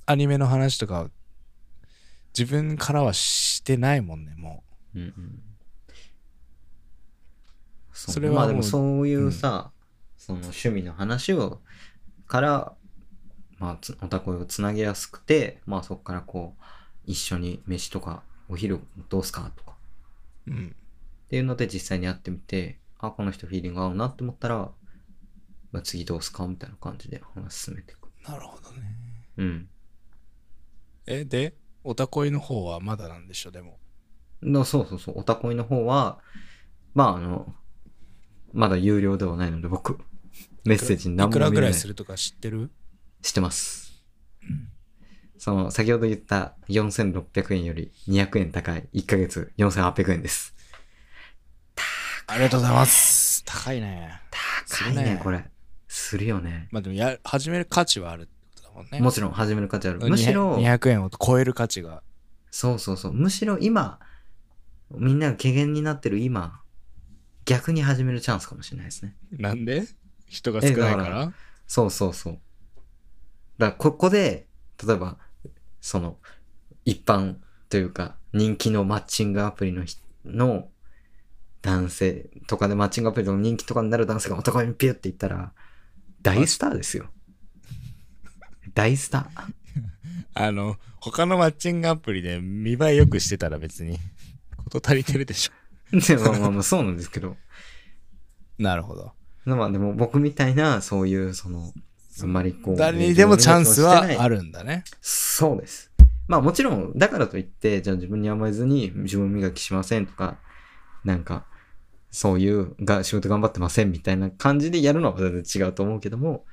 S2: アニメの話とか自分からはしてないもんね、も
S1: うんうん。そ
S2: そうれは
S1: まあ
S2: も
S1: で
S2: う
S1: もそういうさ、その趣味の話を、から、まあつ、おたこいをつなぎやすくて、まあそこからこう、一緒に飯とか、お昼どうすかとか、
S2: う。うん。
S1: っていうので実際に会ってみて、あ、この人フィーリング合うなって思ったら、まあ、次どうすかみたいな感じで話進めていく。
S2: なるほどね。
S1: うん。
S2: え、で、オタコイの方はまだなんでしょう、でも。
S1: のそうそうそう、おたこいの方は、まああの、まだ有料ではないので僕、メッセージに何
S2: い
S1: も見
S2: く
S1: れな
S2: ら
S1: い。
S2: ぐらいするとか知ってる
S1: してます。その、先ほど言った4600円より200円高い1ヶ月4800円です。
S2: ありがとうございます。高いね。
S1: 高い
S2: する
S1: ね
S2: ね、
S1: これ。するよね。
S2: まあでもや、始める価値はあるってことだもんね。
S1: もちろん始める価値ある。
S2: に
S1: むしろ、
S2: 200円を超える価値が。
S1: そうそうそう。むしろ今、みんなが軽減になってる今、逆に始めるチャンスかもしれないですね。
S2: なんで人が少ないか
S1: えだからそうそうそう。だからここで、例えば、その、一般というか、人気のマッチングアプリのひの男性とかで、マッチングアプリの人気とかになる男性が男にピュって言ったら、大スターですよ。大スター。
S2: あの、他のマッチングアプリで見栄え良くしてたら別に、こと足りてるでしょ。
S1: でもまあまあそうなんですけど。
S2: なるほど。
S1: まあでも僕みたいな、そういう、その、あんまりこう。
S2: 誰にでもチャンスはあ
S1: る。
S2: るんだね。
S1: そうです。まあもちろん、だからといって、じゃあ自分に甘えずに自分磨きしませんとか、なんか、そういうが仕事頑張ってませんみたいな感じでやるのは全然違うと思うけども、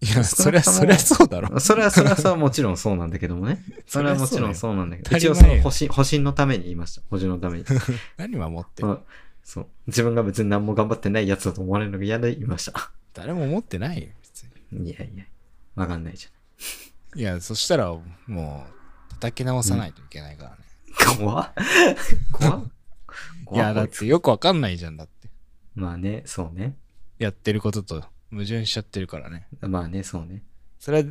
S2: いや、
S1: 少
S2: そり
S1: な
S2: ゃ、
S1: くとも
S2: そりゃそうだろ。
S1: それは、それは、それはもちろんそうなんだけども
S2: (laughs)
S1: ね。 (laughs) それはもちろん
S2: そ
S1: そ
S2: りゃそうだよ
S1: うなんだけど、
S2: 当たり
S1: 一
S2: 前 (laughs)
S1: 応その保身、保身のために言いました。保身のために。
S2: 何守って
S1: こ
S2: る
S1: のそう。自分が別に何も頑張ってないやつだと思われるのが嫌でいました。 (laughs)
S2: 誰も思ってないよ、別に。
S1: いやいや、わかんないじ
S2: いや、そしたら、もう、叩き直さないといけないからね。
S1: ゃん。怖っ (laughs) 怖っ
S2: い
S1: 怖
S2: や、
S1: っ
S2: だ
S1: こ
S2: っ
S1: いつ
S2: てよくわかんないじゃん、だって。
S1: まあね、そうね。
S2: やってることと矛盾しちゃってるからね。
S1: まあね、そうね。
S2: それは、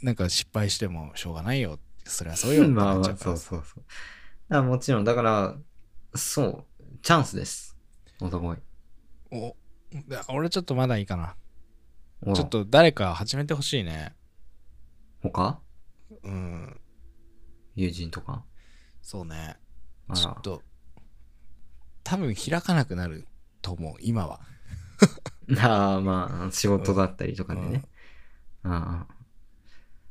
S2: なんか失敗してもしょうがないよ。そりゃそう
S1: う
S2: よ。
S1: ん (laughs) まあ
S2: って
S1: ま
S2: な
S1: あ、
S2: っちゃ
S1: そうう
S2: か
S1: そうそう。あもちろん、だから、そう、チャンスです。男い。
S2: らおいや俺ちょっとまだいいかな。
S1: おら
S2: ちょっ。と誰か始めてほしいね。
S1: 他
S2: うん、
S1: 友人とか
S2: そうね。
S1: あ
S2: ちょ
S1: ら
S2: っ。と、多分開かなくなると思う、今は。
S1: ああ、まあ、仕事だったりとかでね。ああ。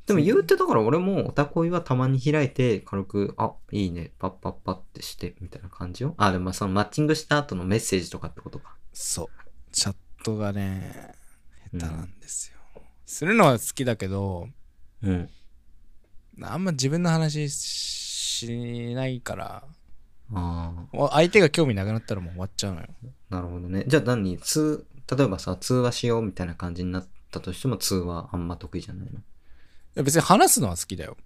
S1: でも
S2: そう
S1: 言うて、だから俺もオタコイはたまに開いて、軽く、あ、いいね、パッパッパってして、みたいな感じよ。あ、でもまあそのマッチングした後のメッセージとかってことか。
S2: そう。チャットがね、下手
S1: うん
S2: なんですよ。するのは好きだけど、
S1: うん。
S2: あんま自分の話しないから、
S1: あ
S2: お相手が興味なくなったらもう終わっちゃうのよ。
S1: あ、なるほどね。じゃあ何通、例えばさ、通話しようみたいな感じになったとしても、通話あんま得意じゃないの
S2: いや別に話すのは好きだよ。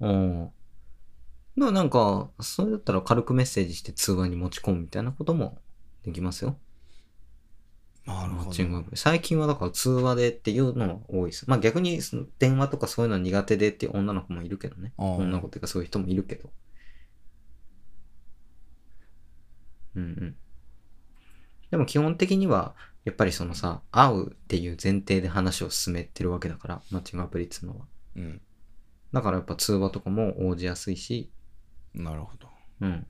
S1: うん。まあなんか、それだったら軽くメッセージして通話に持ち込むみたいなこともできますよ。
S2: な
S1: マッチングアプリ最近はだから通話でっていうのは多いです。まあ逆にその電話とかそういうの苦手でっていう女の子もいるけどね。
S2: あー
S1: 女の子っていうかそういう人もいるけど。うんうん。でも基本的には、やっぱりそのさ、会うっていう前提で話を進めてるわけだから、マッチングアプリっていうのは。
S2: うん。
S1: だからやっぱ通話とかも応じやすいし、
S2: なるほど。
S1: うん。うん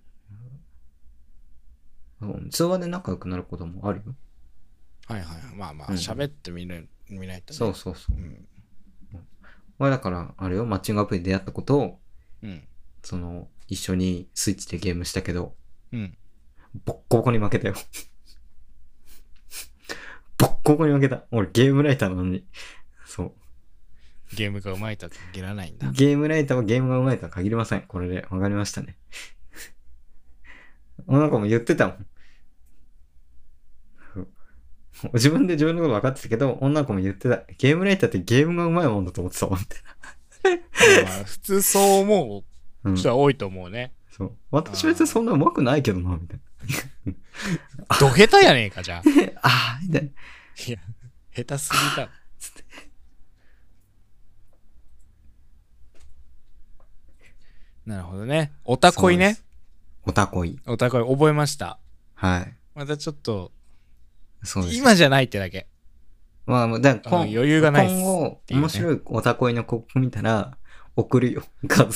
S1: 通話で仲良くなることもあるよ。
S2: はいはいはい。まあまあ、
S1: うん
S2: 喋ってみる、見ないとね。
S1: そうそうそう。
S2: うん。
S1: 俺だから、あれよ、マッチングアプリで出会ったことを、
S2: うん。
S1: その、一緒にスイッチでゲームしたけど、
S2: うん。
S1: ボッコボコに負けたよ。 (laughs) ボッコボコに負けた。俺ゲームライターなのに。そう。
S2: ゲームがうまいとは限らないんだ。
S1: ゲームライターはゲームが上手いとは限りません。これで、わかりましたね。 (laughs) あなんかもう言ってたもん。そう自分で自分のこと分かってたけど、女の子も言ってた。ゲームライターってゲームが上手いもんだと思ってたもんって。
S2: まあ普通そう思
S1: う
S2: うん人は多いと思うね。
S1: そう。私別にそんな上手くないけどな、みたい
S2: ど下手やねえか、
S1: (laughs)
S2: じゃあ。
S1: な。ああ、みたいな。
S2: 下手すぎだ。
S1: つって。
S2: (laughs) なるほどね。おたこいね。。
S1: おたこい。
S2: おたこい覚えました。
S1: はい。
S2: またちょっと、
S1: そうです。
S2: 今じゃないってだけ。
S1: まあ、まあだから
S2: あの
S1: 今
S2: 余裕がないっす
S1: 今後、
S2: ていうね
S1: 面白いおたこいの広告見たら、送るよ。画像。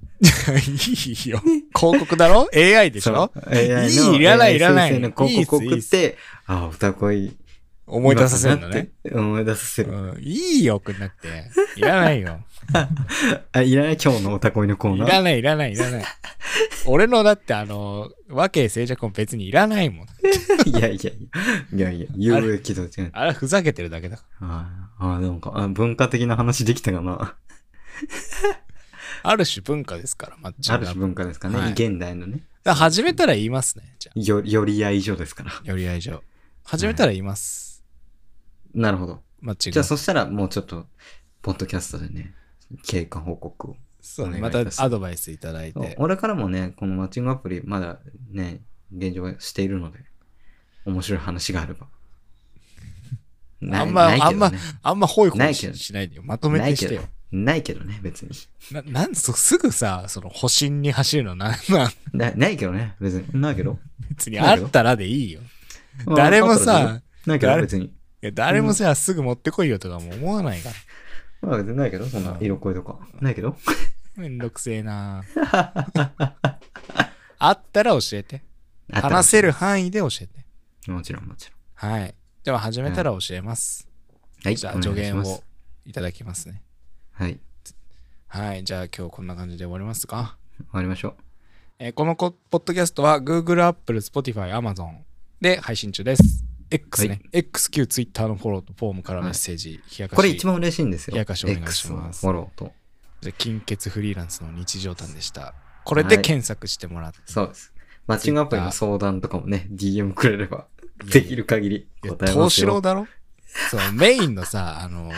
S2: (laughs) いいよ。広告
S1: (laughs)
S2: だろ ?AI でしょ
S1: そう AI
S2: いいいらない
S1: AI
S2: いらない
S1: 生成の広告
S2: いい
S1: 送
S2: っ
S1: っ
S2: す
S1: て、ああ、おたこい。
S2: 思い出させるのね。
S1: 今だなって。思い出させる。
S2: うん、いいよ、送んなくて。いらないよ。
S1: あ、いらない今日のおたこいのコー
S2: い
S1: ナ
S2: ら
S1: ー。
S2: ない、いらない、いらない。俺のだって、あの、和慶静寂も別にいらないもん。
S1: (laughs) いやいやいや。いやいや、有益度違う。
S2: あれ、ふざけてるだけだか
S1: あーあー、なんか、あ文化的な話できたかな。
S2: ら。ある種文化ですから、マッチン
S1: あ
S2: グ
S1: る
S2: ア
S1: 種
S2: プリ
S1: 文化ですかね。
S2: はい
S1: 現代のね。
S2: だから始めたら言いますね。じゃ
S1: よ、より合い以上ですから。
S2: あ、より愛情。始めたら言います。
S1: なるほど。
S2: マッチング。
S1: じゃあそしたらもうちょっと、ポッドキャストでね、経過報告を。
S2: そうね。
S1: お
S2: ま
S1: 願いい
S2: た
S1: たします
S2: アドバイスいただい
S1: そう
S2: て。
S1: 俺からもね、このマッチングアプリ、まだね、現状はしているので、面白い話があれば。な
S2: (laughs) あんま
S1: ないけどね
S2: んあんまホイホ
S1: な
S2: イ
S1: いけど
S2: ししないでよ。まとめ
S1: な
S2: て
S1: い
S2: し
S1: け
S2: て
S1: ど
S2: よ。、
S1: ないけどね、別に。
S2: な、なんそ、すぐさ、その、保身に走るのなんなん
S1: なないけどね、別に。ないけど。
S2: 別にあったらでいいよ。
S1: まあ
S2: (laughs) 誰も、
S1: あったら
S2: さ、
S1: ないけど
S2: 誰
S1: 別に。
S2: いや誰もさ、すぐ持ってこいよとかも思わないから。
S1: まあ別にないけど、そんな色恋とか。ないけど。
S2: めんどくせえなあったら教えて。
S1: あったら
S2: 話せる範囲で教えて。
S1: もちろん、もちろん。
S2: はい。では始めたら教えます。
S1: はい、
S2: じゃ
S1: お願
S2: あ
S1: いし
S2: 助言
S1: ます
S2: を。いただきますね。
S1: はい、
S2: はい。じゃあ今日こんな感じで終わりますか。
S1: 終わりましょ
S2: えーこのこポッドキャストは Google、Apple、Spotify、Amazon で配信中です。X ね。
S1: はい
S2: XQ、Twitter のフォローとフォームからメッセージ、冷や
S1: う。
S2: かし。
S1: これ一番嬉しいんですよ。
S2: 冷やかしお願いします
S1: X をフォローと。
S2: じゃあ金欠フリーランスの日常談でした。これで
S1: はい
S2: 検索してもらって。
S1: そうです。マッチングアプリの相談とかもね、DM くれれば、できる限り
S2: いや。
S1: 答えます
S2: 東
S1: よ
S2: 四郎。だろそう、メインのさ、 (laughs) あの、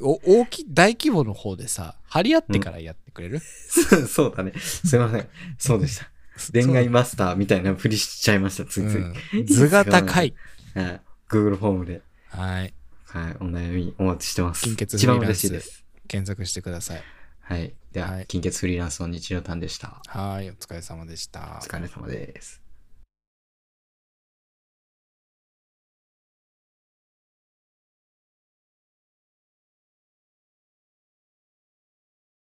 S2: お大き大規模の方でさ、張り合ってからやってくれる、
S1: そうそうだね。すいません。そうで
S2: (laughs)
S1: した。恋愛マスターみたいなふりしちゃいました、つ
S2: う
S1: いつい。
S2: ん図が高い。
S1: はい。Google フォームで、
S2: はい。
S1: はい、お悩みお待ちしてます。
S2: 金欠
S1: 一番
S2: フリーラン
S1: 嬉
S2: ス
S1: しいです。
S2: 検索してください。
S1: はい。では、
S2: はい
S1: 金欠フリーランスの日常談でした。
S2: はい、お疲れ様でした
S1: お。疲れ様です。